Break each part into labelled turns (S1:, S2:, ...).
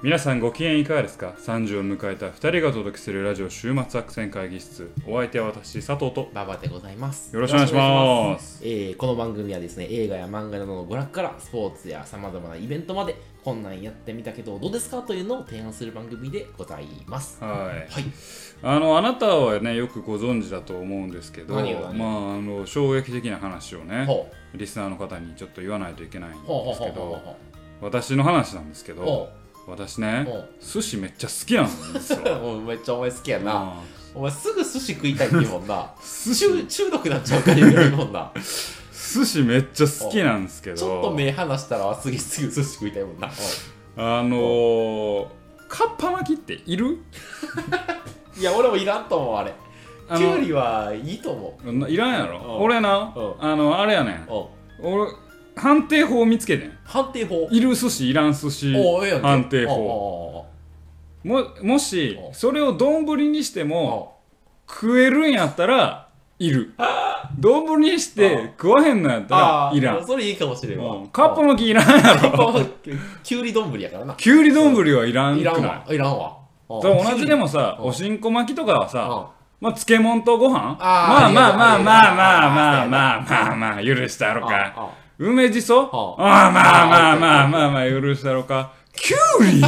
S1: 皆さんご機嫌いかがですか ?30 を迎えた2人がお届けするラジオ週末作戦会議室お相手は私佐藤と
S2: ババでございます。。
S1: よろしくお願いします
S2: えー、この番組はですね、映画や漫画などの娯楽からスポーツや様々なイベントまで、こんなんやってみたけどどうですかというのを提案する番組でございます。
S1: はい
S2: はい。
S1: あのあなたはねよくご存知だと思うんですけど
S2: 何を何を
S1: まああの衝撃的な話をね
S2: ほ
S1: リスナーの方にちょっと言わないといけないん
S2: う。ほ
S1: で
S2: うほう
S1: す
S2: ほ
S1: け
S2: うほう
S1: ど
S2: ほ
S1: 私の話なんですけ
S2: う。ほ
S1: ど私ね
S2: ほう
S1: 寿司めっちゃ好きなんです
S2: う
S1: よ。
S2: おうめっちゃお前好きやな。
S1: あ
S2: お前すぐ寿司食いたいって言うもんな。
S1: 寿
S2: 中
S1: 司
S2: 中毒になっちゃうから言う もんな。
S1: 寿司めっちゃ好きなんですけど
S2: ちょっと目離したらすぐすぐ寿司食いたいもんな。おう
S1: あのー、かっぱ巻きっている
S2: いや、俺もいらんと思う、あれ。
S1: あ
S2: きゅう
S1: の
S2: りはいいと思
S1: ないらんやろ
S2: うん
S1: 俺な
S2: う
S1: あのあれやねん
S2: う。おう
S1: 俺判定法見つけてん
S2: 判定法。
S1: いる寿司いらん寿司
S2: おうええやんけ
S1: 判定
S2: おうお
S1: 法
S2: うおうおう
S1: ももし
S2: お
S1: それを丼にしても
S2: お
S1: 食えるんやったらいる丼にし
S2: あ
S1: て食わへんのやったら
S2: あ
S1: いら
S2: あ
S1: ん
S2: それいいかもしれん
S1: うん
S2: わ。
S1: かっぱ巻きいらんや
S2: カッ
S1: ろ
S2: パは きゅうり丼やからな。
S1: きゅうり丼はいらん
S2: いら
S1: く
S2: ん
S1: ない
S2: わ。いらんわ。うん
S1: そう同じで。もさ
S2: うん
S1: おしんこ巻きとかはさ
S2: うん
S1: まあ、漬物とご飯まあ
S2: あー
S1: まあまあ
S2: いいよ
S1: まあ
S2: いいよ
S1: まあまあまあまあまあ許したろか。
S2: あ
S1: 梅じそ
S2: うん
S1: ああまあまあ
S2: あー
S1: まあまあまあ許したろか。きゅうり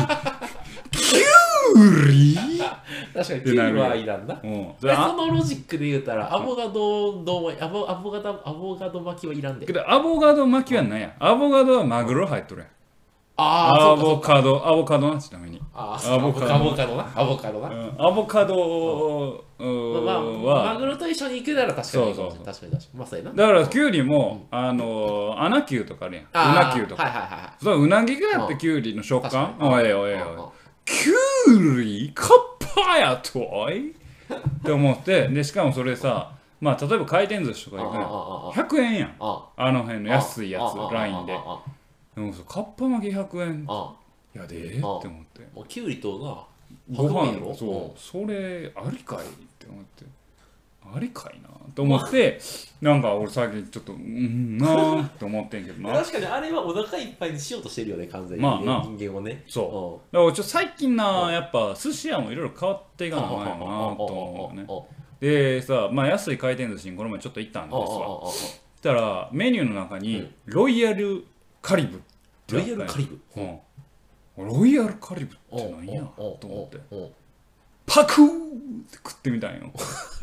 S1: きゅうり
S2: あ確かにキュウリはいらんな。
S1: うん。
S2: え
S1: じゃ
S2: そ
S1: あ
S2: のロジックで言うたら、アボガド丼は、アボアボガドアボガド巻きはいらんで
S1: け。どアボカド巻きは何やアボカドはマグロ入っとるやん。
S2: あ
S1: ア
S2: あ、そう
S1: ボ
S2: か
S1: カド、アボカドな、ちなみに。
S2: あ
S1: ア
S2: ーア
S1: ボ
S2: ボ
S1: カ
S2: カ
S1: ド
S2: ド。アボカドな。アボカド
S1: う
S2: な。
S1: んアボカドうん
S2: まあ、マ
S1: は、
S2: グロと一緒に行くなら確かにいいかもし
S1: そうそうそ
S2: れ。
S1: うん
S2: 確かに確かに。まあ、そうやな。
S1: だからきゅうりも、あの、アナキューとかあるやん。
S2: あー
S1: うなきゅうとか。
S2: はいはいはいはい。
S1: そううなぎがやってきゅうりの食感
S2: 確かに
S1: おいおいおい
S2: うんうん
S1: おいきゅうりカッパやといって思ってでしかもそれさまあ例えば回転寿司とか行く
S2: ああああ
S1: の100円やん
S2: あ
S1: あの辺の安いや
S2: ああ
S1: つラインで
S2: ああ
S1: でもそうカッパ巻き100円
S2: ああ
S1: やでーって思って
S2: もうキュウリとな、
S1: ご
S2: 白米
S1: 飯
S2: やろ
S1: そうそれありかいって思ってありかいなと思ってなんか俺最近ちょっとうんなーって思ってんけどな
S2: 確かにあれはお腹いっぱいにしようとしてるよね完全に、ね
S1: まあな
S2: 人間をね
S1: そう
S2: う
S1: だから俺ちょっと最近なやっぱ寿司屋もいろいろ変わってい
S2: ん
S1: かなあかんやなと思うねでさ、まあ、安い回転寿司にこの前ちょっと行ったんですわそしたらメニューの中
S2: う
S1: に
S2: ん
S1: ロイヤルカリブって
S2: ロ
S1: あっ
S2: イ
S1: た
S2: ヤ
S1: ん
S2: ル
S1: や
S2: カリブ
S1: うん、ロイヤルカリブって何やと思ってパクーって食ってみたんよ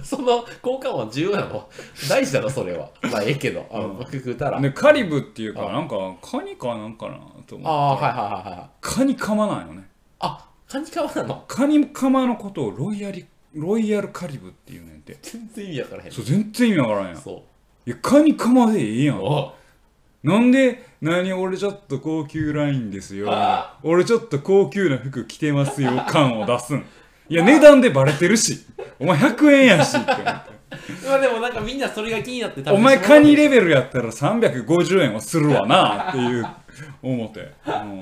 S2: その交換は重要なの大事だろそれはまあええけど
S1: う
S2: あ
S1: ん
S2: の僕食うたら、
S1: でカリブっていうか
S2: あ
S1: なんかカニかなんかなと思って
S2: ああはいはいはいはい
S1: カニカマなんよね
S2: あカニカマなの
S1: カニカマのことをロイヤルロイヤルカリブっていうねんて
S2: 全然意味わからへん
S1: そう全然意味わからんやんい
S2: そ
S1: やカニカマでええや
S2: うんお
S1: なんで、何俺ちょっと高級ラインですよ
S2: あ。
S1: 俺ちょっと高級な服着てます よ感を出すん。いや、値段でバレてるし。お前100円やし って思って。
S2: まあでもなんかみんなそれが気になって食べてしまう
S1: お前カニレベルやったら350円はするわなっていう思って。うん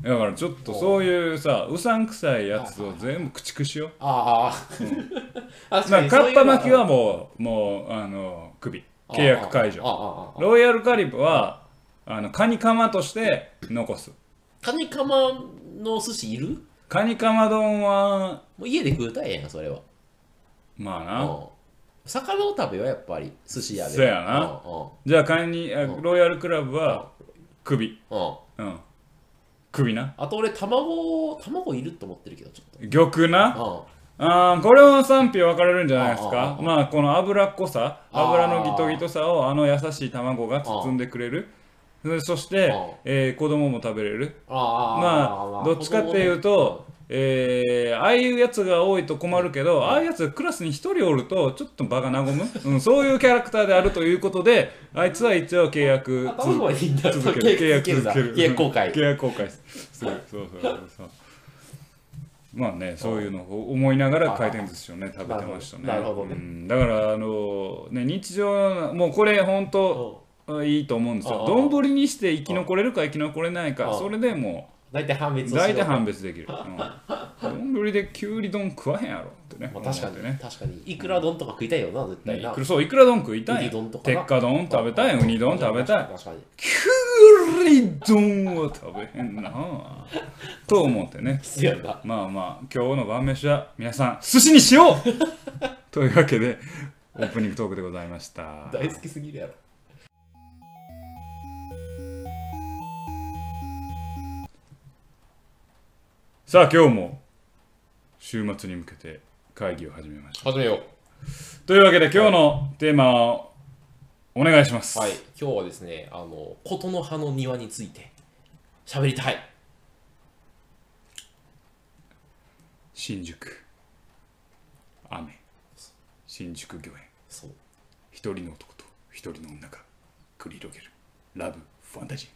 S1: だからちょっとそういうさ、うさんくさいやつを全部駆逐しよ
S2: ああ、
S1: う。
S2: 確
S1: な
S2: か
S1: ん
S2: に
S1: か
S2: そ
S1: カッ
S2: ういうの
S1: パ巻きはもう、もう、あの、首。契約解除。
S2: ああああああ
S1: ロイヤルカリブは、あの、カニカマとして残す。
S2: カニカマの寿司いる
S1: カニカマ丼は
S2: もう家で食うたらええやんそれは
S1: まあ
S2: う
S1: なん
S2: 魚を食べはやっぱり寿司屋で
S1: そうやな
S2: うんうん
S1: じゃあカニあ
S2: うん
S1: ロイヤルクラブは首
S2: うん
S1: うん首な
S2: あと俺卵卵いると思ってるけどちょっ
S1: 玉な
S2: と
S1: あーこれは賛否分かれるんじゃないです
S2: あああ
S1: か
S2: あ
S1: まあこの脂っこさ
S2: ああ
S1: 脂のギトギトさをあの優しい卵が包んでくれるそそして
S2: ああ、
S1: えー子供も食べれる
S2: ああ
S1: まあどっちかっていうとえーああいうやつが多いと困るけどああいうやつがクラスに1人おるとちょっと場が和む、うん、そういうキャラクターであるということ であいつは一応契約続
S2: 卵はいいんだ
S1: 続 ける契約続ける
S2: 契約公開
S1: 契約公開するそうそうそうそうまあねそういうのを思いながら回転寿司をね食べてましたね
S2: なるほどね
S1: うんだからあのね日常もうこれ本当いいと思うんです
S2: あ
S1: よ
S2: あ
S1: 丼にして生き残れるか生き残れないか
S2: ああ
S1: それでも
S2: 大体判
S1: う
S2: 別をし
S1: 大
S2: よう
S1: 体判別できるうん丼できゅうり丼食わへんやろってね
S2: まあ確か
S1: 思っ
S2: に、
S1: てね
S2: 確かにいくら丼とか食いたいよな絶
S1: ね
S2: 対
S1: い
S2: な
S1: くらそういくら丼食いた
S2: ウ
S1: い
S2: ニ
S1: やん
S2: 丼とかな
S1: 鉄火丼食べたいウニ丼食べたい
S2: 確かに
S1: きゅり丼は食べへんなあと思ってね
S2: 必要だ。
S1: まあまあ今日の晩飯は皆さん寿司にし ようというわけでオープニングトークでございました
S2: 大好きすぎるやろ。
S1: さあ今日も週末に向けて会議を始めました
S2: 始めよう。
S1: というわけで今日のテーマをお願いします、
S2: はい、今日はですね、あの、琴の葉の庭について喋りたい。
S1: 新宿雨新宿御苑
S2: そう。
S1: 一人の男と一人の女が繰り広げるラブファンタジ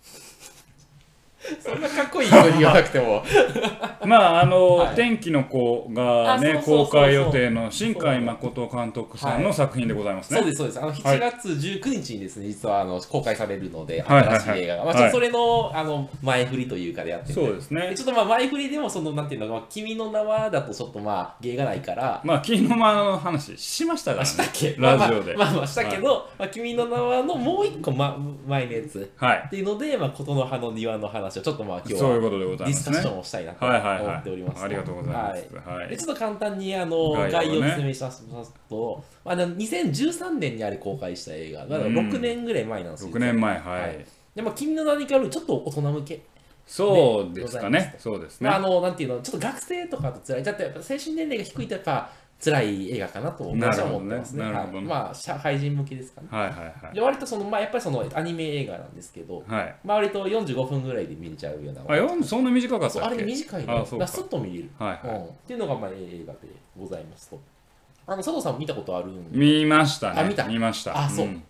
S2: そんなかっこいいこと言わなくて も。
S1: ーまああの、
S2: はい
S1: 天気の子がね
S2: あそうそうそうそう
S1: 公開予定の新海誠監督さんの作品でございますね、
S2: そうです、そうです。あの、7月19日にですね、実はあの公開されるので、
S1: はいはいはい
S2: 新しい映画が。まあ、ちょっとそれの、あの、前振りというかでやってて
S1: そうですね
S2: ちょっとまあ、前振りでも、その、なんていうのか、まあ君の名はだとちょっとまあ、芸がないから、
S1: まあ昨日もあの話しましたから
S2: したっけ
S1: ねラジオで、
S2: まあまあ、まあしたけど、まあ、君の名はのもう一個、ま、前のやつ。
S1: はい
S2: っていうので、まあ、琴の葉の庭の話をちょっとまあ、今日は。
S1: そういうことでござい
S2: ディ
S1: ま
S2: ス
S1: す
S2: カッショ
S1: ね
S2: ンをしたいなと
S1: はいはい
S2: 思っており
S1: は
S2: ま
S1: い
S2: す。
S1: ありがとうございますはい、
S2: はいでちょっと簡単にあの
S1: 概要ね
S2: 概要を説明しますと、まあ、でも2013年にあれ公開した映画、だから
S1: うん
S2: 6年ぐらい前なんですよ。
S1: 6年前はい、
S2: はいでも、君の名にかるちょっと大人向け、
S1: そうですか
S2: でござい
S1: ね
S2: ま
S1: そうですね、
S2: まあ、あのなんていうの、ちょっと学生とかと辛い、だってやっぱ精神年齢が低いとやっぱ辛い映画かなと私は思ってますね。
S1: なるほどねなるほど
S2: はい
S1: ね
S2: まあ、社会人向けですかね。
S1: はいはいはい
S2: で割とその、まあ、やっぱりそのアニメ映画なんですけど、
S1: はい
S2: まあ、割と45分ぐらいで見れちゃうような。
S1: あ4そんな短かったっけ
S2: そうあれ短いの、
S1: あ
S2: だ
S1: そ
S2: か
S1: う
S2: ら
S1: か
S2: スッと見れる。
S1: はいは
S2: うん、っていうのがまあ映画でございますと。あの佐藤さん見たことあるん
S1: い、見ましたね
S2: あ見た
S1: ました
S2: あそうん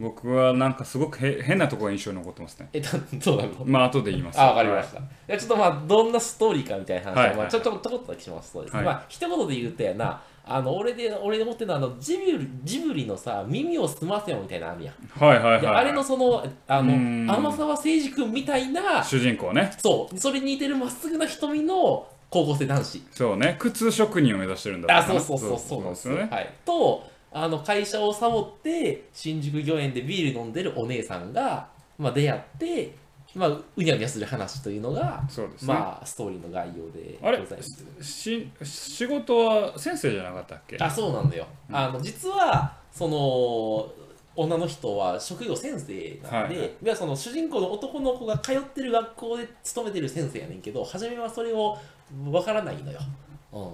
S1: 僕はなんかすごくへ変なところが印象に残ってますね
S2: え、 だそうなの
S1: まあ後で言います
S2: あ、わかりました。いやちょっとまあ、どんなストーリーかみたいな話を、
S1: はいはい
S2: まあ、ちょっとちょこっとだけしますとですね、
S1: はい
S2: まあ、一言で言うとやな、あの俺で俺で持ってるのはあのジブリ、ジブリのさ、耳を澄ませよみたいなのあるやん。
S1: はいはいはい
S2: で、
S1: はい
S2: あれのその、あの、
S1: うん
S2: 天沢誠二君みたいな、
S1: 主人公ね
S2: そう、それに似てるまっすぐな瞳の高校生男子。
S1: そうね靴職人を目指してるんだ
S2: あ、
S1: ったか
S2: そう
S1: な
S2: そうそう、そうなんです
S1: そう
S2: よ。
S1: ですよね
S2: はい。と、あの、会社をサボって、新宿御苑でビール飲んでるお姉さんが、まあ、出会って、まあ、うにゃうにゃする話というのが、
S1: そうですね、
S2: まあ、ストーリーの概要で
S1: あれ
S2: ございます。
S1: し仕事は先生じゃなかったっけ
S2: あ、そうなんだよ。あの、実は、その、女の人は職業先生なん
S1: は
S2: で、
S1: いはい
S2: 要はその主人公の男の子が通ってる学校で勤めてる先生やねんけど、初めはそれをわからないのよ。うん。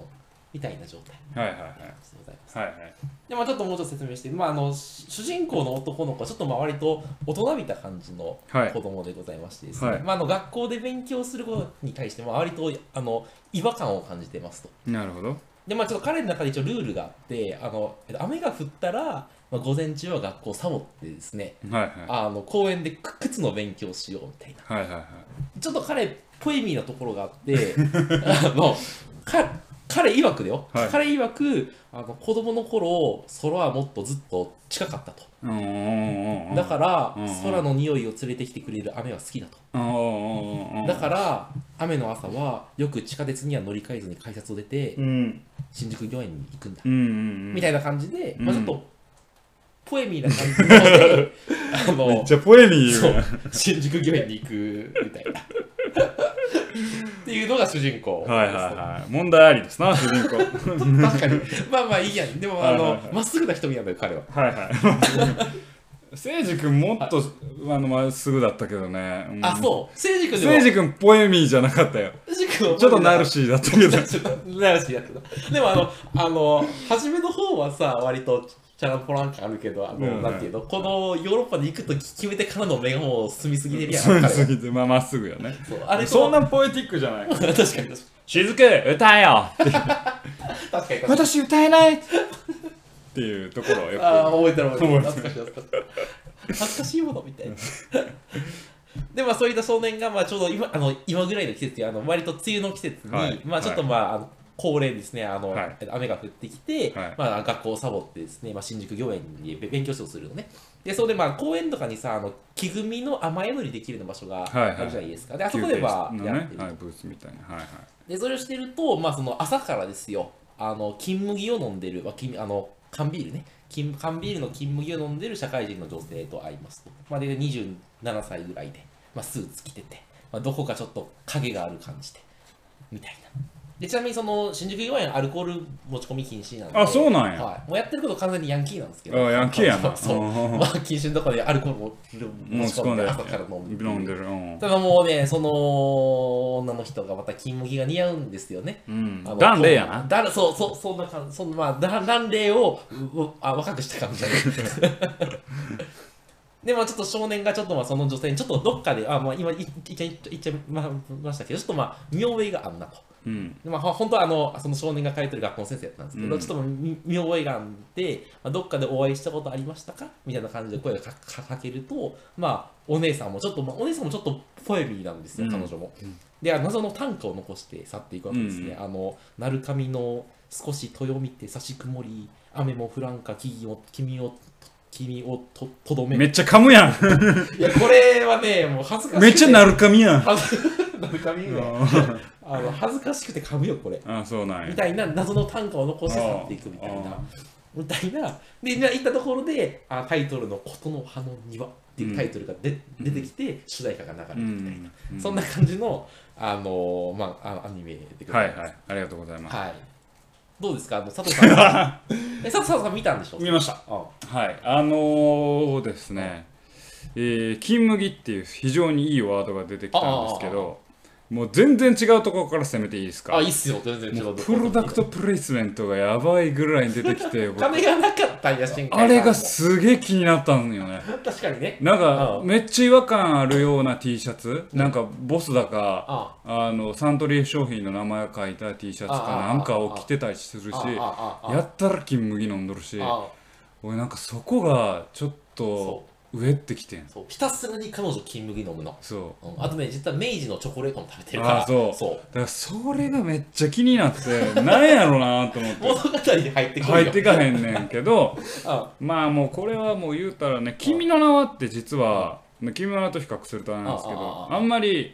S2: みたいな状態
S1: はいはいはい
S2: でございます。
S1: はいはい
S2: でまあ、ちょっともうちょっと説明して、まあ、あのし主人公の男の子はちょっとまあ割と大人びた感じの
S1: はい
S2: 子供でございましてですね、
S1: はい
S2: まあ、あの学校で勉強することに対してまあ割とあの違和感を感じてますと。
S1: なるほど
S2: でまあ、ちょっと彼の中で一応ルールがあってあのえっと雨が降ったら、まあ、午前中は学校サボってですね
S1: はいは
S2: あの公園でく靴の勉強しようみたいない
S1: はいはいはい
S2: ちょっと彼ポエミーなところがあって あのか彼曰くだよ、
S1: はい
S2: 彼曰くあの子供の頃空はもっとずっと近かったと
S1: うんうんうんうん
S2: だから、
S1: うんうん
S2: 空の匂いを連れてきてくれる雨は好きだと
S1: うんうんうんうん
S2: だから雨の朝はよく地下鉄には乗り換えずに改札を出て、
S1: うん
S2: 新宿御苑に行くんだ、
S1: うんうん
S2: みたいな感じで、まあ、ちょっ
S1: う
S2: とポエミーな感じので あ
S1: めっ
S2: の
S1: ちゃポエミー
S2: そ
S1: や
S2: う新宿御苑に行くみたいなっていうのが主人公
S1: はいはいはい問題ありですな主 人公
S2: 確かにまあまあいいやんでもあ
S1: はい
S2: の
S1: はいはい
S2: まっすぐな瞳なんだよ彼は
S1: はいはい誠治君もっとあのまっすぐだったけどねうん
S2: あそう誠治君でも
S1: 誠治君ポエミーじゃなかったよ
S2: 誠治君は
S1: ちょっとナルシーだったけど
S2: ちょっとなるしやってたでもあのあの初めの方はさ割とチャランポラン感あるけどあの、
S1: うん
S2: なんていうのこのヨーロッパに行くと決めてからの目がもう進みすぎてるやん
S1: そう
S2: 彼は
S1: すぎてまあまっすぐよね
S2: そうあれ
S1: そん
S2: な
S1: なポエティックじゃない
S2: 確かに確かに
S1: 静け歌えよ
S2: 確かに
S1: 私歌えないっていうところをよ
S2: ああ
S1: く
S2: 覚えてる覚えてる
S1: 覚
S2: 懐かしい懐かしい恥ずかしいものみたいな でまあそういった少年がまあちょうど今あの今ぐらいの季節あの割と梅雨の季節に、
S1: はい
S2: まあちょっと
S1: は
S2: まあ,、あの恒例ですねあの、
S1: はい
S2: 雨が降ってきて、
S1: はい
S2: まあ、学校をサボってですね、まあ、新宿御苑にべ勉強しをするのねでそれでまあ公園とかにさあの木組みの雨宿りできるような場所
S1: は
S2: が
S1: いはい
S2: あるじゃないですか、であそこでま
S1: 休
S2: あ
S1: 憩室の
S2: やっ
S1: ね
S2: てると
S1: はいブースみたいなはいはい
S2: でそれをしてると、まあ、その朝からですよあの金麦を飲んでる、まあ、金あの缶ビールね金缶ビールの金麦を飲んでる社会人の女性と会いますと、まあ、で27歳ぐらいでまあ、スーツ着てて、まあ、どこかちょっと影がある感じでみたいなでちなみにその新宿以外のアルコール持ち込み禁止なんで
S1: あそうなんや
S2: はい、もうやってること完全にヤンキーなんですけど
S1: あヤンキーやな
S2: そう
S1: うん
S2: まあ禁酒のとこでアルコー ルを
S1: 持
S2: 持
S1: ち
S2: ち
S1: 込
S2: 込
S1: ん
S2: ん
S1: で
S2: で朝から飲むっていう
S1: 飲んでるうん
S2: ただもうねその女の人がまた金麦が似合うんですよね
S1: うん
S2: あの
S1: ダンレイやな
S2: だそうそうそんな感じそのまあだ断霊をううあ若くした感じだね でまあちょっと少年がちょっとまあその女性にちょっとどっかであまあ今いい言っちゃい言っちゃいましたけどちょっとまあ見覚えがあんなと
S1: うん
S2: でまあ、ほ本当はあのその少年が通ってる学校の先生だったんですけど、
S1: うん
S2: ちょっともう見見覚えがあって、まあ、どっかでお会いしたことありましたかみたいな感じで声がかかかけると、まあ、お姉さんもちょっと、まあ、お姉さんもちょっとポエミーなんですよ、
S1: うん
S2: 彼女も。であの謎の短歌を残して去っていくわけですね。
S1: う
S2: あの鳴神の少しとよみて差し曇り雨も降らんか木々を君を君をととどめ
S1: めっちゃ噛むやん
S2: いやこれはねもう恥ずかしくて
S1: めっちゃなるかみやん
S2: はず 鳴神
S1: う
S2: は
S1: ん
S2: あの恥ずかしくて噛むよこれ。
S1: あそうなん
S2: み
S1: や
S2: たいな謎の短歌を残して去っていくみたい
S1: ああ
S2: な。みたいな。で、じゃあ行ったところで、あタイトルの「ことの葉の庭」っていうタイトルがで、出てきて、主題歌が流れ
S1: う
S2: るみたいな。
S1: んう
S2: そんな感じの、あのーまあ、あのアニメでござ
S1: はいい
S2: ます
S1: はいありがとうございます
S2: はい。どうですかあの佐 藤さんは。え佐藤さんは見たんでしょ
S1: 見ました。
S2: あ
S1: はい、あのーですね、えー金麦っていう非常にいいワードが出てきたんですけど、もう全然違うところから攻めていいですか。
S2: あ、いいっすよ。全然違
S1: も
S2: う
S1: うプロダクト
S2: とこ
S1: プレイスメントがやばいぐらいに出てきて、
S2: ろ
S1: 僕
S2: 金がなかったんや、新海さ
S1: あ
S2: んも
S1: れがすげえ気になったんよね。
S2: 確かにね。
S1: なんか
S2: うん
S1: めっちゃ違和感あるような T シャツ、なんかボスだか、
S2: あ
S1: あのサントリー商品の名前が書いた T シャツかなんかを着てたりするし
S2: あ、、ああ、ああ、
S1: やったら金麦飲んどるし、
S2: あ
S1: 俺なんかそこがちょっと
S2: そ。
S1: 上ってきてん
S2: そうひたすらに彼女金麦飲むの、
S1: そ
S2: うんあとね実は明治のチョコレートも食べて
S1: う
S2: るから
S1: あそう
S2: そう
S1: だからそれがめっちゃ気になって なんやろうなと思って
S2: 物語に入ってくるよ
S1: 入ってかへんねんけど
S2: あ
S1: まあもうこれはもう言うたらね「君の名は」って実は「君の名は」と比較するとあれなんですけ
S2: あ
S1: ど
S2: あああ
S1: あんまり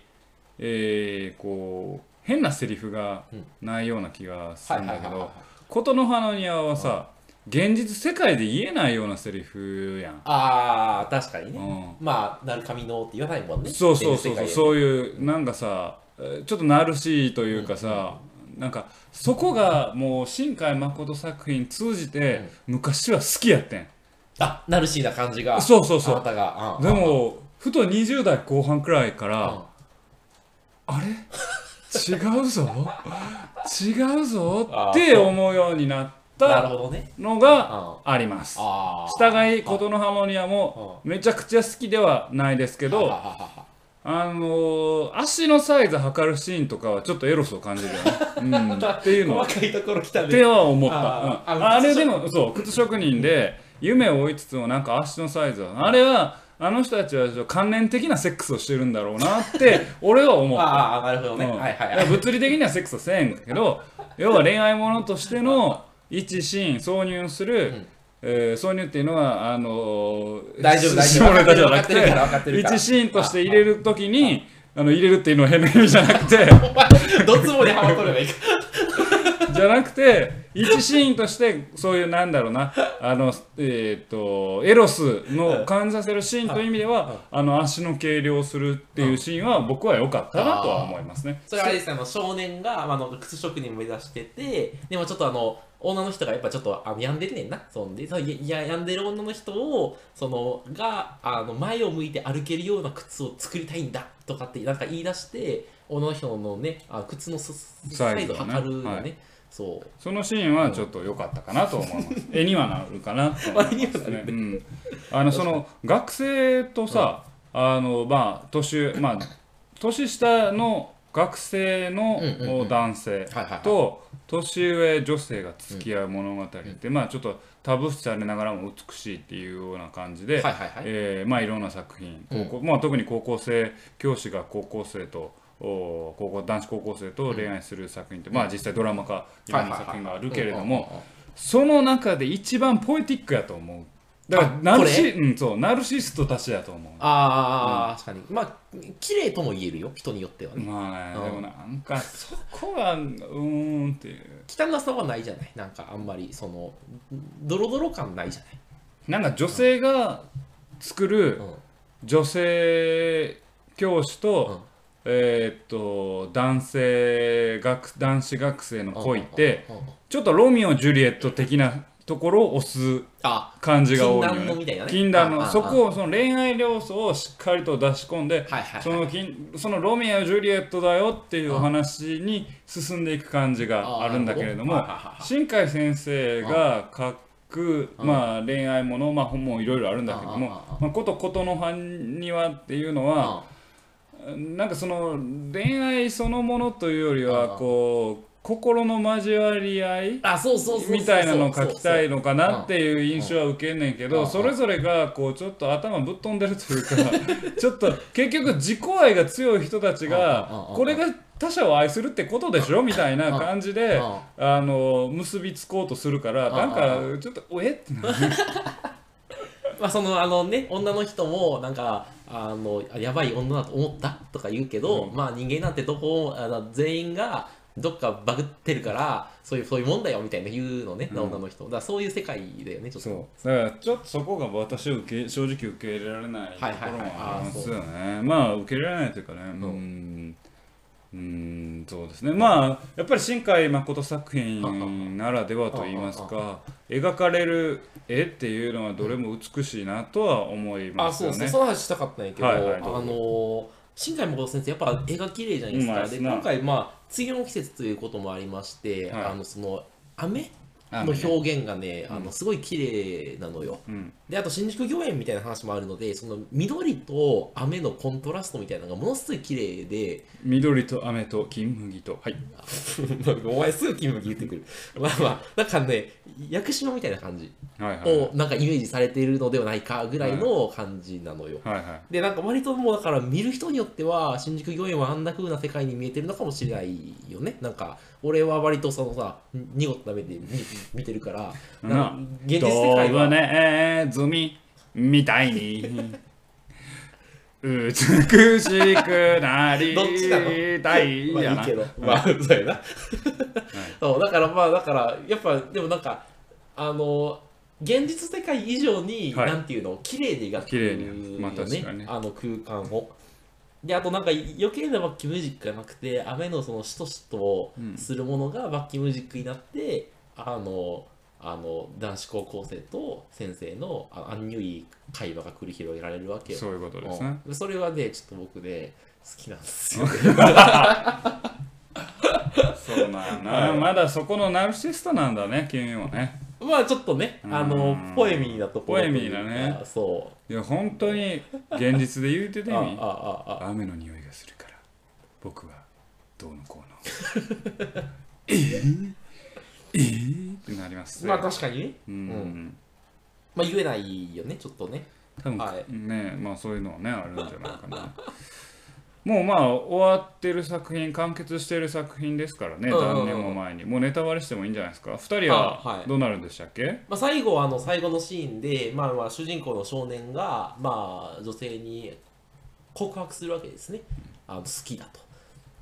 S1: えーこう変なセリフがないような気がす
S2: はい
S1: る
S2: は
S1: ん
S2: いは
S1: だ
S2: い
S1: け
S2: はい
S1: ど「琴の葉の庭」はさ現実世界で言えないようなセリフやん。
S2: あー確かに
S1: う
S2: ね、
S1: ん
S2: まあなる神のって言わないもんね
S1: そうそうそうそう
S2: う
S1: そういうなんかさえーちょっとナルシーというかさ、なんかそこがもう新海誠作品通じて昔は好きやってん、
S2: あナルシーな感じが
S1: そうそうそ
S2: あな
S1: う
S2: たが、うん
S1: でもふと20代後半くらいか
S2: う
S1: ら、
S2: ん
S1: あれ違うぞ違うぞって思うようになっ
S2: なる
S1: た
S2: ほどね
S1: の
S2: うん
S1: が
S2: あ
S1: あります
S2: あ
S1: 従い琴の葉モニアもめちゃくちゃ好きではないですけ
S2: け
S1: どあのー、足のサイズ測るシーンとかはちょっとエロスを感じるよ ね。うん、っていうのは。っ
S2: 細かいところ来た
S1: て
S2: ね
S1: は思った。
S2: あ
S1: あ,、
S2: ー
S1: うん、
S2: あ
S1: あれでもそう靴職人で夢を追いつつもなんか足のサイズはあれはあの人たちは関連的なセックスをしてるんだろうな って俺は思った。
S2: ああなるほどね、
S1: うん
S2: はいはい
S1: だ
S2: は
S1: から
S2: い
S1: 物理的にはセックスはせえんだけ ど要は恋愛ものとしての一シーン挿入する、
S2: ん
S1: えー挿入っていうのはあのー、
S2: 大丈夫大丈
S1: 下ネタ
S2: 夫
S1: じゃ
S2: 分か
S1: な
S2: っ
S1: く
S2: てる
S1: て
S2: から分かってるから
S1: 一シーンとして入れるときにあの入れるっていうのは変な意味じゃなく て
S2: お前どつぼにハマっとればいいか
S1: じゃなくて一シーンとしてそういうなんだろうなあのえっ、とエロスの感じさせるシーンという意味ではあの足の計量するっていうシーンは僕は良かったなとは思いますね。
S2: それはあれですねあの少年が、まあ、あの靴職人を目指しててでもちょっとあの女の人がやっぱちょっとあの病んでるねんなそんでそのいや病んでる女の人をそのがあの前を向いて歩けるような靴を作りたいんだとかってなんか言い出して女の人のねあ靴のす
S1: サ
S2: サ
S1: イ
S2: イ
S1: ズ
S2: ズ
S1: を
S2: を
S1: ね
S2: 測るよね
S1: はい
S2: そう
S1: そのシーンはちょっと良かったかなと思い ます。絵にはなるかなと思いますね。うん、あのその学生とさ、あのまあ年まあ年下の学生の
S2: うんうんうん
S1: 男性
S2: はいはいはい
S1: と年上女性が付き合う物語ってまあちょっとタブー視されながらも美しいっていうような感じで、
S2: はいはいはい
S1: えーまあいろんな作品、
S2: うん
S1: 高校まあ特に高校生教師が高校生とお高校男子高校生と恋愛する作品って、まあ実際ドラマ化いろんな作品があるけれども、その中で一番ポエティックやと思うだからナ
S2: あこ
S1: ル
S2: れ
S1: シ,、うん、そうナルシストたちやと思う
S2: ああ、確かにまあ綺麗とも言えるよ人によってはね、
S1: まあ
S2: うん
S1: でもなんかそこはうーんっていう
S2: 汚さはないじゃないなんかあんまりそのドロドロ感ないじゃ
S1: なんか女性が作る
S2: ない、うん
S1: 女性教師と、
S2: う
S1: えーっと男性学男子学生の
S2: ん
S1: 恋って
S2: うんうんうんうん
S1: ちょっとロミオ・ジュリエット的なところを推す
S2: あ
S1: 感じが多い
S2: 禁断のみたいなね
S1: 禁断
S2: あ
S1: の
S2: ああ
S1: そこをその恋愛要素をしっかりと出し込んで、
S2: はいはい
S1: その禁そのロミオ・ジュリエットだよっていうお話に進んでいく感じがあるんだけれども
S2: あなるほどはいはいはい
S1: 新海先生が書くまあ恋愛ものまあ本もいろいろあるんだけども
S2: ああああ
S1: まあことことの般にはっていうのはなんかその恋愛そのものというより
S2: あ
S1: は
S2: あ
S1: こう心の交わり合い
S2: あそうそうそうそう
S1: みたいなのを書きたいのか
S2: そうそう
S1: なっていう印象は受けんねんけ
S2: うんう
S1: ど
S2: ん
S1: それぞれがこうちょっと頭ぶっ飛んでるというかちょっと結局自己愛が強い人たち
S2: うんうんうんう
S1: が
S2: ん
S1: これが他者を愛するってことでしょみたいな感じで
S2: うん
S1: あの結びつこうとするから
S2: うん
S1: なん
S2: う
S1: かちょっとおえってなる
S2: まあそのあのね女の人もなんかあのあやばい女だと思ったとか言うけど、
S1: うん
S2: まあ人間なんてどこもあの全員がどっかバグってるからそういうそういうもんだよみたいな言うのね、
S1: うん
S2: 女の人だからそういう世界だよねちょっと
S1: そうだからちょっとそこが私は受け正直受け入れられないとこ
S2: はい
S1: ろ
S2: はいはい
S1: もありますよね、まあ受け入れられないというかねうーんうーんそうですねまあやっぱり新海誠作品ならではと言いますか描かれる絵っていうのはどれも美しいなとは思い
S2: あ
S1: ます
S2: そう
S1: よ
S2: そう、
S1: ね
S2: その話したかったんやけど、
S1: はいはい
S2: あ
S1: どうぞ
S2: のー新海誠先生やっぱ絵が綺麗じゃないです
S1: う
S2: か、
S1: まいっ
S2: です
S1: な
S2: 今回まあ梅雨の季節ということもありまして、
S1: はい
S2: あのその雨
S1: あ
S2: の表現がねあのすごい綺麗なのよ、
S1: うん
S2: であと新宿御苑みたいな話もあるのでその緑と雨のコントラストみたいなのがものすごい綺麗 で
S1: 緑と雨と金麦とはい
S2: お前すぐ金麦言っ てくるまあまあなんかね屋久島みたいな感じ
S1: はいはい
S2: をなんかイメージされているのではないかぐらいの感じなのよ、
S1: はいはい
S2: でなんか割ともうだから見る人によっては新宿御苑はあんな風な世界に見えてるのかもしれないよねなんか俺は割とそのさ濁った目で見見てるから
S1: な
S2: なんか現実世界は
S1: はねずみみたいに美しくなり
S2: どっちなの
S1: たい
S2: まあ
S1: や
S2: いい
S1: な
S2: けど、まあ、そうや な。そう、だからまあ、だから、やっぱ、でもなんか、あの、現実世界以上に、
S1: はい
S2: なんていうの、綺麗に描
S1: 綺麗に
S2: く
S1: まあ
S2: よ
S1: 確かに
S2: ね
S1: ね、
S2: あの空間を。で、あとなんか余計なバッキームージックがなくて、雨のそのしとしとするものがバッキームージックになって、あの、あの男子高校生と先生のあアンニュイ会話が繰り広げられるわけよ。
S1: そういうことですね
S2: うんそれはね、ちょっと僕ね、好きなんですよ。
S1: そうなんやな、
S2: はい
S1: まだそこのナルシストなんだね君もね
S2: まあちょっとね、
S1: うん
S2: あの、ポエミーなところと
S1: ポエ
S2: いうか
S1: ミーだね。
S2: そ
S1: いや本当に現実で言うて
S2: う。
S1: て
S2: ああ
S1: み
S2: あああ。
S1: 雨の匂いがするから僕はどうのこうの えー、えー、ってなりますね
S2: まあ確かにね。
S1: うん、
S2: うんまあ言えないよね、ちょっとね。
S1: 多分、
S2: はい
S1: ねまあそういうのはねあるんじゃないかな もうまあ終わってる作品完結してる作品ですからね
S2: うんうんうん
S1: 何年も前にもうネタバレしてもいいんじゃないですか2人は
S2: あは
S1: はいどうなるんでしたっけ、
S2: まあ最後はあの最後のシーンで、まあまあ主人公の少年が、まあ女性に告白するわけですね。あの好きだと。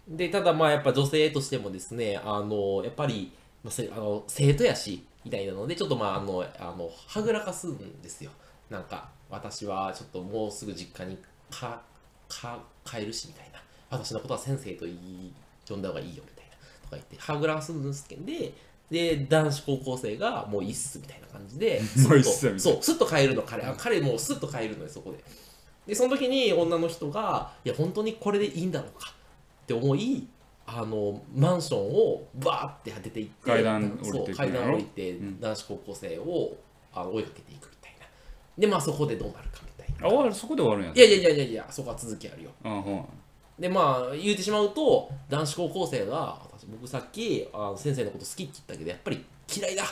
S2: で、ただまあやっぱ女性としてもですね、あの、やっぱり、まあ、せあの生徒やし、みたいなので、ちょっとまああの、あの、はぐらかすんですよ。なんか、私はちょっともうすぐ実家にか、か、帰るし、みたいな。私のことは先生と言い、呼んだ方がいいよ、みたいな。とか言って、はぐらかすんですけど、で、で、男子高校生がもういいっす、みたいな感じで、
S1: もういいっ
S2: す
S1: す
S2: っと
S1: みたい
S2: そう、すっと帰るの、彼、あ彼もうすっと帰るのよ、そこで。でその時に女の人が「いや本当にこれでいいんだろうか」って思いあのマンションをバーって出ていって
S1: 階段降りていくんやろ
S2: そう階段降りて、
S1: ん
S2: 男子高校生をあの追いかけていくみたいなでまあそこでどうなるかみたいな
S1: あ終わるそこで終わるんや
S2: いやいやいやいやいやそこは続きあるよ
S1: あほ
S2: でまあ言うてしまうと男子高校生が私僕さっきあの先生のこと好きって言ったけどやっぱり嫌いだっ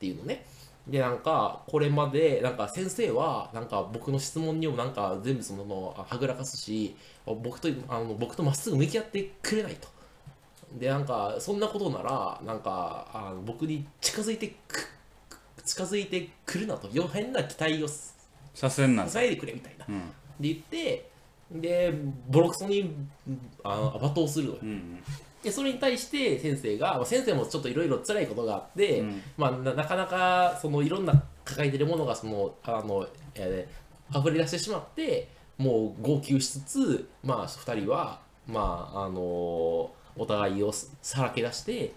S2: ていうのねでなんかこれまでなんか先生はなんか僕の質問にもなんか全部そのあはぐらかすし僕とあの僕とまっすぐ向き合ってくれないとでなんかそんなことならなんかあの僕に近づいてく近づいてくるなとよ変な期待をさ
S1: 左遷なんです
S2: せないでくれみたいな
S1: うん
S2: で言ってでボロクソにあ罵倒するのよ
S1: うん
S2: でそれに対して先生がまあ先生もちょっといろいろ辛いことがあって、
S1: うん
S2: まあ、ななかなかそのいろんな抱えてるものがそのあの、えー溢れ出してしまってもう号泣しつつ、まあ、2人は、まああのお互いをささらけ出して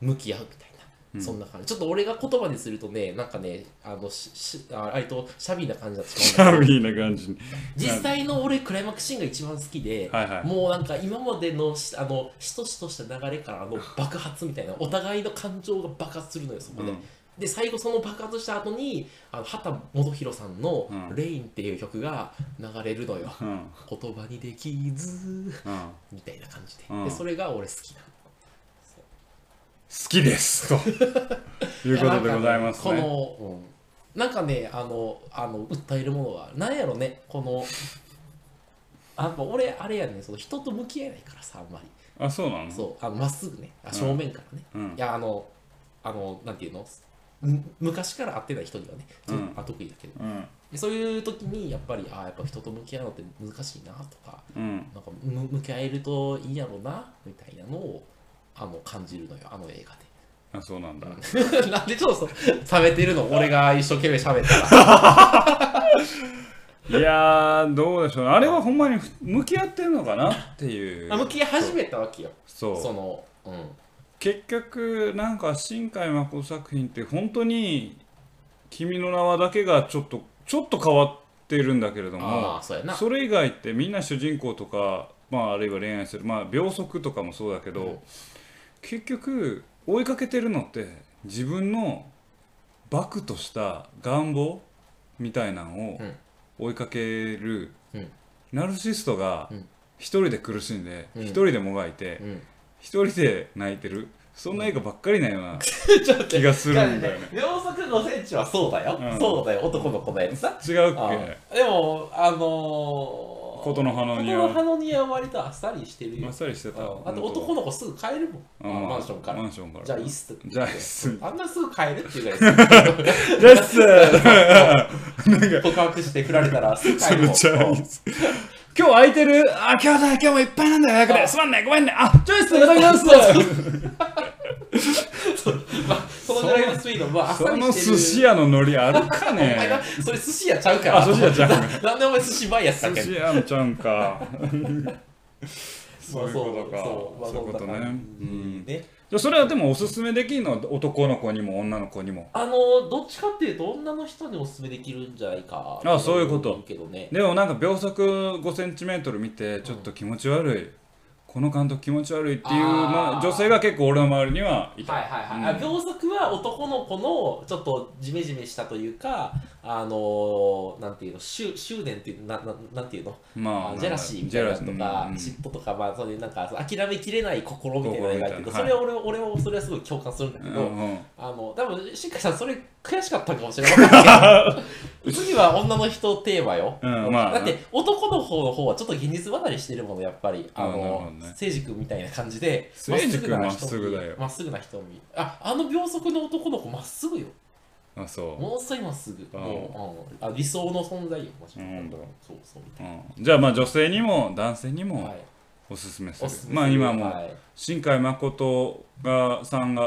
S2: 向き合うみたいな、そんな感じちょっと俺が言葉にするとねなんかねあのししああれとシャビーな感じだった
S1: シャビーな感じに。
S2: 実際の俺クライマックスシーンが一番好きで、
S1: はいはい
S2: もうなんか今までのしあのしとしとした流れからあの爆発みたいなお互いの感情が爆発するのよそこで、
S1: うん
S2: で最後その爆発した後にあの畑基博さんの
S1: う
S2: 「
S1: ん
S2: レイン」っていう曲が流れるのよ、
S1: うん。
S2: 言葉にできず
S1: うん。
S2: みたいな感じで,、
S1: うん
S2: でそれが俺好きなの
S1: 好きです ということでございますね。
S2: やなんかねこの、うんなんかねあのあの訴えるものはなんやろねこのあやっぱ俺あれやねその人と向き合えないからさあんまり
S1: あ、そうなの
S2: そうあのまっすぐねあ正面からね、
S1: うん
S2: いやあのあのなんていうのむ昔から会ってない人にはね、
S1: うん
S2: あ得意だけど
S1: うん。
S2: でそういう時にやっぱりあやっぱ人と向き合うのって難しいなとか
S1: うん。
S2: なんかむ向き合えるといいやろなみたいなのをあの感じるのよあの映画で。
S1: あ、そうなんだ。
S2: なん でちょっとそう冷めてるの俺が一生懸命喋ったら。
S1: いやー、どうでしょうね。あれはほんまにふ向き合ってるのかなっていう
S2: あ。向き合い始めたわけよ。
S1: そう。
S2: その、うん。
S1: 結局なんか新海誠作品って本当に「君の名は」だけがちょっとちょっと変わってるんだけれど
S2: あ
S1: も
S2: あ、そうやな。
S1: それ以外ってみんな主人公とか、まあ、あるいは恋愛する、まあ、秒速とかもそうだけど、
S2: うん
S1: 結局追いかけてるのって自分のバクとした願望みたいなのを
S2: うん
S1: 追いかける、
S2: うん
S1: ナルシストが
S2: うん
S1: 一人で苦しんで
S2: うん
S1: 一人でもがいて。
S2: うん。
S1: 一人で泣いてるそんな映画ばっかりなような
S2: ちょっと
S1: 気がするんだよね。
S2: 秒速5センチはそうだよ。
S1: うん
S2: そうだよ。男の子のやつさ。
S1: 違うっ
S2: あ
S1: け
S2: あでも、あのー、こと
S1: の葉の庭
S2: ことの葉の庭は割とあっさりしてる
S1: あ
S2: よ
S1: っ。さりしてた
S2: ああと男
S1: の
S2: の子すぐ帰るもん。あマンションから。
S1: マンションから
S2: じゃあ、いいっすって
S1: じゃあいいっす
S2: あんなすぐ帰るっていうぐらい好き。
S1: じゃあいいっす
S2: 告白して振られたらすぐ 帰
S1: そ
S2: るも
S1: れ
S2: ん。
S1: じゃあいいっす今日空いてるあ今日だ今日もいっぱいなんだよ早くねすまんねごめんねあじゃあいいっすいただきます
S2: まあ、 そのぐらいのスピード、まあ、あっさ
S1: そ
S2: り
S1: の
S2: してる。
S1: 寿司屋のノリあるか
S2: お前
S1: ね
S2: なそれ寿司屋ちゃうから。
S1: あ寿司屋ちゃう
S2: な なんでお前寿司バイアスだっ
S1: 寿
S2: け
S1: 司屋のちゃうんか
S2: ま
S1: そ
S2: あ
S1: ういうことか
S2: そう、まあ、
S1: そういうことね
S2: そんな
S1: う
S2: 感じ
S1: ん
S2: ね。
S1: じゃあそれはでもおすすめできるのは男の子にも女の子にも
S2: あの、どっちかっていうと、女の人におすすめできるんじゃないか。
S1: あそういうこと
S2: 思けどね。
S1: でもなんか秒速 5cm 見てちょっと気持ち悪い、この監督気持ち悪いっていう
S2: あ
S1: な
S2: ー
S1: 女性が結構俺の周りにはいた、
S2: はいはいはい、あ秒速は男の子のちょっとジメジメしたというかあのなんていうの執執念っていうなななんていうの
S1: まあ
S2: ジェラシーみたいなのとか、
S1: うん
S2: 嫉妬とか、まあ、そういうなんか諦めきれない心みたいなのがあるけど、
S1: 心
S2: そ
S1: み
S2: れ
S1: たい
S2: は俺は俺はそれはすごい共感するんだけ
S1: う
S2: ど、
S1: んうん
S2: あの多分しっかりさんそれ悔しかったかもしれない けど次は女の人テーマよ、
S1: うんまあ
S2: だって男の方の方はちょっと現実離れしてるものやっぱりあ
S1: うんなるほ
S2: の
S1: どね
S2: 誠司、君みたいな感じで
S1: 誠司君
S2: まっすぐ
S1: まっすぐ
S2: な
S1: だよ
S2: 瞳まっすぐな瞳ああの秒速の男の子まっすぐよ
S1: あそ
S2: ものすごいまっすぐ、
S1: うん
S2: もう、うんあ理想の存在よマジで、
S1: うん
S2: そうそうみ
S1: う、
S2: た
S1: う
S2: い
S1: ん、じゃあまあ女性にも男性に
S2: な、は
S1: も
S2: い
S1: おすすめする、
S2: おすすめ
S1: まあ
S2: する
S1: 今も
S2: はい
S1: 新海誠がさんが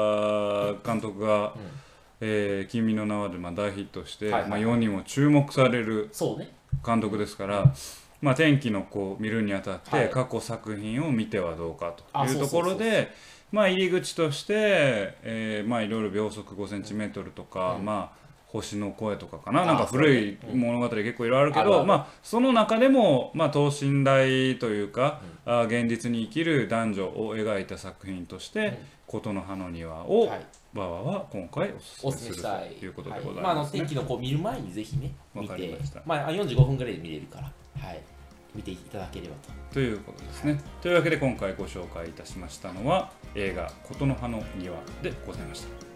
S1: あー監督が
S2: うん
S1: 「えー君の名は」でまあ大ヒットして、
S2: はいはい
S1: まあ、世にも注目される
S2: そうね。
S1: 監督ですから、まあ、天気の子を見るにあたっ
S2: は
S1: て
S2: い
S1: 過去作品を見てはどうかと
S2: あ
S1: い
S2: そううそ
S1: と
S2: うそ
S1: こ
S2: うそう
S1: ろでまあ入り口として、えーまあいろいろ秒速 5cm とか、
S2: うん
S1: まあ星の声とかかな
S2: あ
S1: なんか古い
S2: そうねうん
S1: 物語結構いろいろあるけ
S2: あるあ
S1: ど
S2: る
S1: まあその中でもまあ等身大というか、あー現実に生きる男女を描いた作品として「
S2: うん
S1: 琴の葉の庭」を、
S2: はい。
S1: ババは今回お
S2: お
S1: す
S2: す
S1: す
S2: す
S1: め
S2: め
S1: す
S2: し
S1: る
S2: たい。
S1: ということでござい
S2: はまあ、あ
S1: ま
S2: の
S1: すね。
S2: 天気の子を見る前にぜひね、
S1: わ
S2: 見
S1: かり
S2: て
S1: ました、
S2: まあ、45分ぐらいで見れるから、はい。見ていただければと。
S1: ということですね。というわけで今回ご紹介いたしましたのは映画「琴の葉の庭」でございました。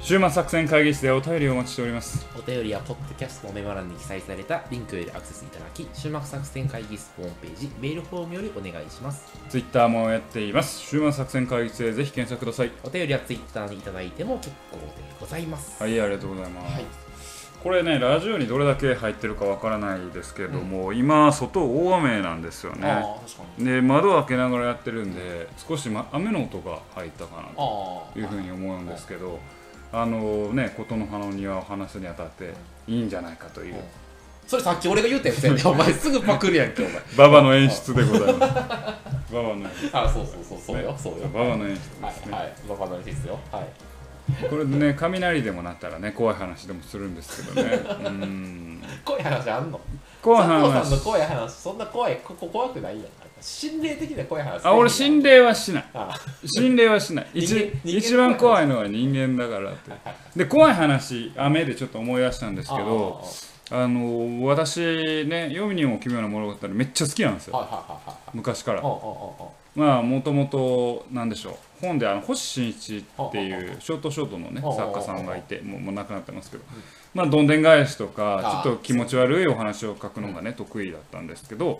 S1: 週末作戦会議室でお便りをお待ちしております
S2: お便りはポッドキャストのメモ欄に記載されたリンクよりアクセスいただき、週末作戦会議室ホームページ、メールフォームよりお願いします。
S1: Twitter もやっています週末作戦会議室でぜひ検索ください
S2: お便りはツイッターにいただいても結構でございます。
S1: はいありがとうございます、
S2: はい
S1: これねラジオにどれだけ入ってるかわからないですけども、今外大雨なんですよね
S2: ああ、確かに。
S1: で窓を開けながらやってるんで少し、ま、雨の音が入ったかなと
S2: ああ。
S1: いうふうに思うんですけどあのね琴の葉の庭を話すにあたっていいんじゃないかという
S2: それさっき俺が言うたやつやね お前すぐパクるやんけ、お前。
S1: 馬場の演出でございます馬場の演出
S2: あそうそうそう、そうよ、そうよ。
S1: 馬場の演出で
S2: は
S1: す
S2: い、
S1: ね、
S2: はい。バカな話ですよ。はい。
S1: これでね雷でもなったらね怖い話でもするんですけどねうん
S2: 怖い話あんの
S1: 怖い
S2: 佐藤さんの
S1: 話
S2: 怖い話、そんな怖い、ここ怖くないやん。心霊的な怖い話。
S1: あ俺心霊はしない
S2: あ
S1: 心霊はしない一
S2: 人間人間
S1: 一番怖いのは人間だからってで怖い話雨でちょっと思い出したんですけどあの私ね「読みにも奇妙な物語」めっちゃ好きなんです
S2: ああ
S1: よ
S2: はいはいはいはい。
S1: 昔から
S2: うんう
S1: まあもともと何でしょう本であの星新一って
S2: あ
S1: いうショートショートのね
S2: あ
S1: 作家さんがいてもうもう亡くなってますけどまあどんでん返しとか
S2: あ
S1: ちょっと気持ち悪いお話を書くのがね得意だったんですけど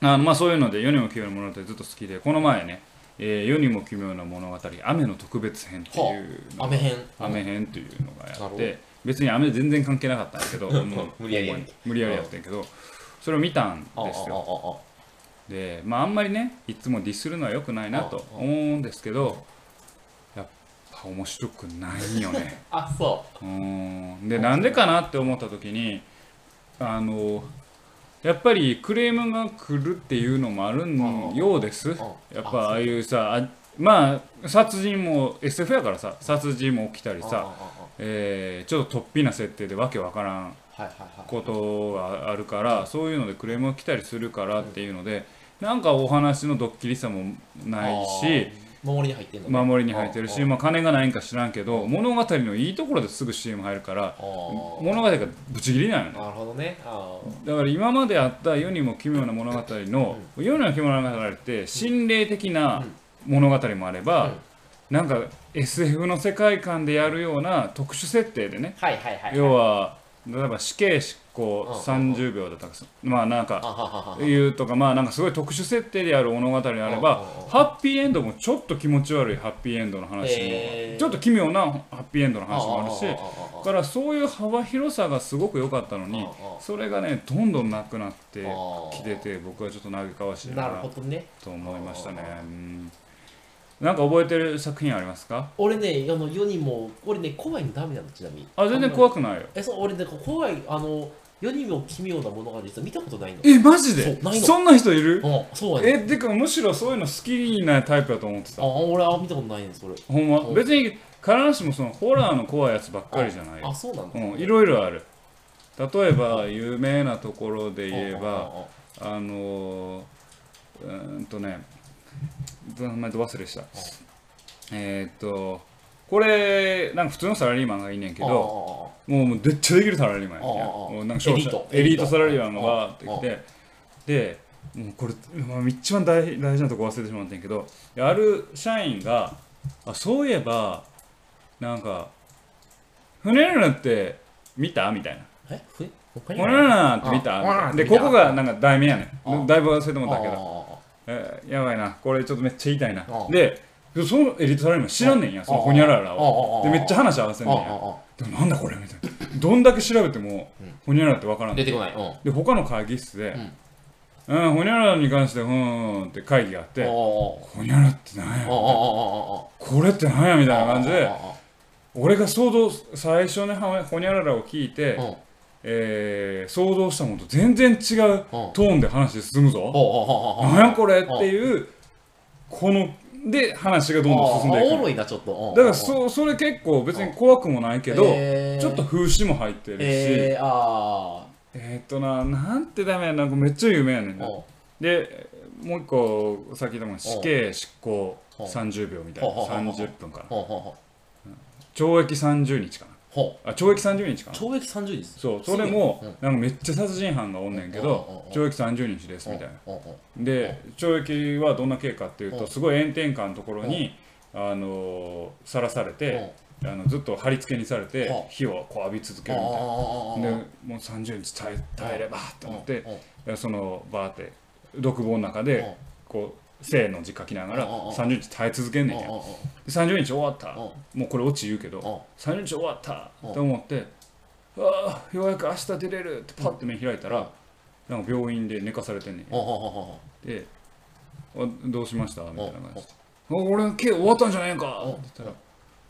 S1: あのまあそういうので世にも奇妙な物語ずっと好きでこの前ね「えー世にも奇妙な物語雨の特別編」って
S2: んうん。
S1: いう
S2: はあ、雨編。
S1: 雨編っていうのがや
S2: な
S1: っ
S2: る
S1: て別に雨全然関係なかったんやけどもう
S2: 無理やりやんけ
S1: 無理やりやってんけどそれを見たんですよ
S2: よ。
S1: でまああんまりねいつもディスるのは良くないなと
S2: ああ
S1: 思うんですけどやっぱ面白くないよ ね
S2: あ、そう
S1: ーんでなんでかなって思った時にあのやっぱりクレームが来るっていうのもあるんようです
S2: ああ
S1: やっ
S2: あ
S1: ぱああいうさあまあ殺人も SF やからさ殺人も起きたり
S2: う。
S1: さえーちょっと突飛な設定でわけわからん
S2: はいはいはい。
S1: ことがあるからそういうのでクレームが来たりするからっていうのでなんかお話のドッキリさもないし
S2: あー、守りに入ってんのね、
S1: 守りに入ってるし
S2: あー
S1: まあ金がないんか知らんけど物語のいいところですぐ CM 入るから
S2: あー
S1: 物語がブチ切りなんよね
S2: なるほどね。あ
S1: だから今まであった世にも奇妙な物語の世にも奇妙な物語って心霊的な物語もあれ
S2: う
S1: ば
S2: ん
S1: なんか SF の世界観でやるような特殊設定でね
S2: ーはいはいはい。
S1: 要は例えば死刑執行
S2: うん
S1: 30秒だったかそまあなん
S2: あ
S1: か
S2: ははは
S1: いうとかまあなんかすごい特殊設定である物語であれば
S2: うんうんうん
S1: ハッピーエンドもちょっと気持ち悪いハッピーエンドの話
S2: へ
S1: も
S2: ー
S1: ちょっと奇妙なハッピーエンドの話もあるし
S2: あーあ
S1: だ
S2: ーあーあー
S1: からそういう幅広さがすごく良かったの
S2: うん
S1: に
S2: うん
S1: それがねどんどんなくなって
S2: あー
S1: きてて僕はちょっと嘆かわしい
S2: な
S1: な
S2: るほどね。
S1: と思いましたね。うんなんか覚えてる作品ありますか
S2: 俺ね、あの世にも、俺ね、怖いのダメなの、ちなみに。
S1: あ全然怖くないよ。
S2: え、そう、俺ね、怖い、あの、世にも奇妙なものが実は見たことないの。
S1: えマジ
S2: そう
S1: で
S2: ないの
S1: そんな人いる
S2: うん、そうやね。
S1: えてかむしろそういうの好きなタイプだと思って
S2: あ、
S1: た
S2: 俺は見たことないね、それ。
S1: ほんま
S2: うん
S1: 別に必ずしもそのホラーの怖いやつばっかりじゃない
S2: あ、
S1: よ、
S2: そうな
S1: う
S2: んだ。
S1: ん、いろいろある例えば有名なところで言えば
S2: ば、
S1: あのーうーんとね名前ど忘れしたえーっとこれなんか普通のサラリーマンがいいねんけ
S2: あーあ
S1: ど
S2: ーあー
S1: もうもうめっちゃできるサラリーマンやね
S2: ああああ
S1: もうなんか商社
S2: エリート
S1: エリートサラリーマンがわーって
S2: ああ
S1: きてでもうこれまあ一番大大事なとこ忘れてしまったんやけどある社員があそういえばなんか「フネルナって見た?」みたいな
S2: えふ
S1: 「フネルナって見た?みたい
S2: あ
S1: な」
S2: あ
S1: で
S2: 見た
S1: ここがなんか題名やね
S2: あ
S1: んだいぶ忘れてもったけどえーやばいなこれちょっとめっちゃ言いたいな
S2: ああ
S1: でそのエリートサラリーマン知らんねんやそのホニャララ
S2: あああ
S1: を
S2: あ
S1: でめっちゃ話合わせんねんやでもなんだこれみたいなどんだけ調べてもホニャララってわからん
S2: 出
S1: で
S2: てこない。うん。
S1: 他の会議室で「うんホニャララに関してうんうん」って会議があって「
S2: お
S1: ホニャララってなん
S2: おお
S1: や
S2: お
S1: これってなんや」 みたいな感じ
S2: あ
S1: で俺が想像最初ねはホニャララを聞いて
S2: うん、
S1: えー想像したものと全然違うトーンで話進むぞ
S2: お
S1: なんやこれっていうこので話がどんどん進んでい
S2: お
S1: く
S2: もろいなちょっと
S1: だからそそれ結構別に怖くもないけどちょっと風刺も入ってるし、
S2: えー、あ
S1: えーっとな、なんてダメやな、めっちゃ有名やねん
S2: あ
S1: な。で、もう一個、さっき言ったもん死刑執行30秒みたいな、
S2: ほうほうほうほう
S1: 30分かな。
S2: ほうほ
S1: 懲役30日か
S2: うほ
S1: な。あ、懲役30日か
S2: う
S1: な。
S2: 懲役30日
S1: そう、それも
S2: うん、
S1: なんかめっちゃ殺人犯がおんねんけ
S2: うんうん
S1: ど
S2: うん、
S1: 懲役30日ですみたいな。
S2: な
S1: で、懲役はどんな刑かっていう
S2: う
S1: と、
S2: ん
S1: すごい炎天下のところに、あのー、さらされて、あのずっと貼り付けにされて
S2: はあ
S1: 火をこう浴び続け
S2: あ
S1: るみたいな。で
S2: あ
S1: もう30日耐え耐えればと思っ
S2: うんうん
S1: てでそのバーって独房の中
S2: うん
S1: でこう正の字書きながら
S2: うんうん
S1: 30日耐え続けんねんやで30日終わったもうこれオチ言うけど30日終わったと思ってああようやく明日出れるってパッて目開いたらなんか病院で寝かされてんねんで「あどうしました?」みたいな感じで「あ俺刑終わったんじゃねえか」って言ったら「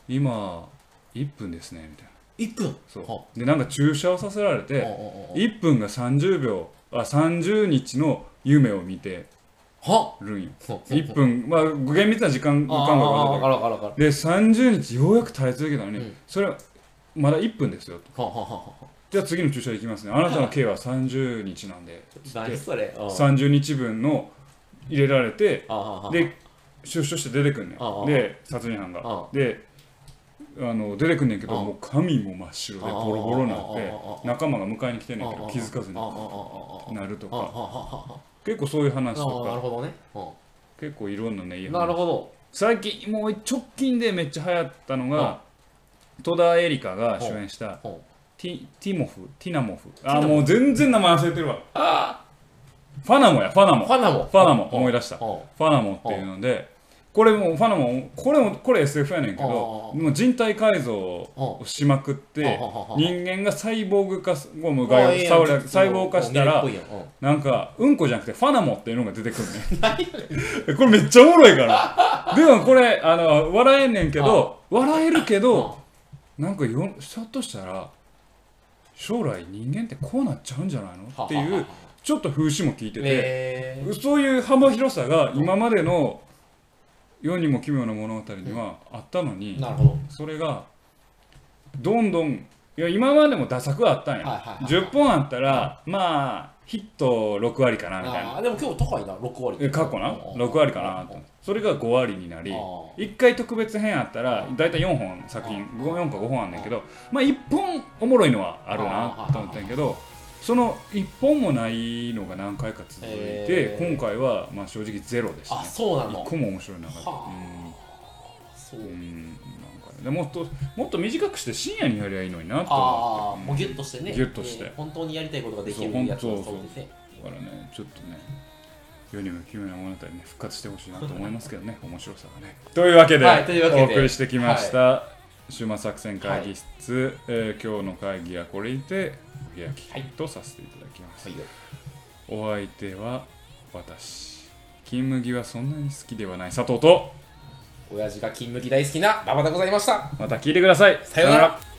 S1: 今1分ですね」みたいな
S2: 1分は
S1: そうでなんか注射をさせられ
S2: あ
S1: て
S2: はあはあ
S1: 1分が30秒あ30日の夢を見て
S2: は
S1: るんよ
S2: そうそうそ
S1: 1
S2: う
S1: 分まあ厳密な時間
S2: ああ
S1: 間
S2: あ
S1: 隔
S2: わ
S1: が
S2: かるわかるわかる
S1: で30日ようやく耐え続けたのに、
S2: うん
S1: それはまだ1分ですよと
S2: はあはあはあは
S1: じゃあ次の注射いきますねあなたの刑は30日なんで
S2: あ何それうん
S1: 30日分の入れられて
S2: ああはあはあ
S1: で出所して出てくんね
S2: ああ
S1: んで殺人犯が
S2: あ
S1: であの出てくんねんけど
S2: あ
S1: もう髪も真っ白でボロボロになっ
S2: ああああ
S1: て仲間が迎えに来てんねんけ
S2: あ
S1: ど
S2: あ
S1: 気づかずに
S2: ああああああ
S1: なると
S2: ああ
S1: か
S2: ああああ
S1: 結構そういう話と
S2: ああなる
S1: か
S2: ほどねう
S1: 結構いろんなねいい
S2: んなる
S1: 話
S2: ほど
S1: 最近もう直近でめっちゃ流行ったのが戸田恵梨香が主演した
S2: うん
S1: ティティモフティナモフあ
S2: ティナモフ
S1: もう全然名前忘れてるわファナモやファナモ
S2: ファナモ
S1: ファナモ思い出した
S2: うんうん
S1: ファナモっていうのでこれもうファナモこれもこれ SF やねんけど
S2: ああ
S1: もう人体改造をしまくって
S2: ああああ
S1: 人間が細胞化すもう
S2: ああ
S1: が
S2: いいやん
S1: 細胞化したら
S2: もう未来っぽいやんうん
S1: なんかうんこじゃなくてファナモっていうのが出てくる ねこれめっちゃおもろい からでもこれあの笑えんねんけど笑えるけどなんかよひょっとしたら将来人間ってこうなっちゃうんじゃないのっていうちょっと風刺も聞いてて、
S2: え
S1: そういう幅広さが今までの世にも奇妙な物語にはあったのに、
S2: ーなるほど
S1: それがどんどんいや今までも打作はあったんや、
S2: はいはいはい
S1: 10本あったらまあヒット6割かなみたいな
S2: ああでも今日高いな6割
S1: え過去な6割かなとそれが5割になり
S2: あ
S1: 1回特別編あったら大体4本作品4か5本あんねんけどまあ1本おもろいのはあるなと思ったんやけどその1本もないのが何回か続いて
S2: へー
S1: 今回はまあ正直ゼロでした
S2: あ
S1: ね
S2: そうな
S1: 1
S2: の
S1: 個も面白いなかった
S2: は
S1: うん
S2: そう
S1: うんなんかねでもっともっと短くして深夜にやりゃいいのになって
S2: ああ
S1: 思って
S2: もうギュッとしてね
S1: ギュッとして
S2: えー本当にやりたいことができ
S1: そう
S2: るやつ
S1: 本当
S2: そうですね
S1: だからねちょっとね世にも奇妙な物語ね復活してほしいなと思いますけどね面白さ がねというわけで,、
S2: はいというわけで
S1: お送りしてきました、終末作戦会議室、えー今日の会議はこれにてお開きとさせていただきます、
S2: はいよ
S1: お相手は私金麦はそんなに好きではない佐藤と
S2: 親父が金麦大好きな馬場でございました
S1: また聞いてください
S2: さようなら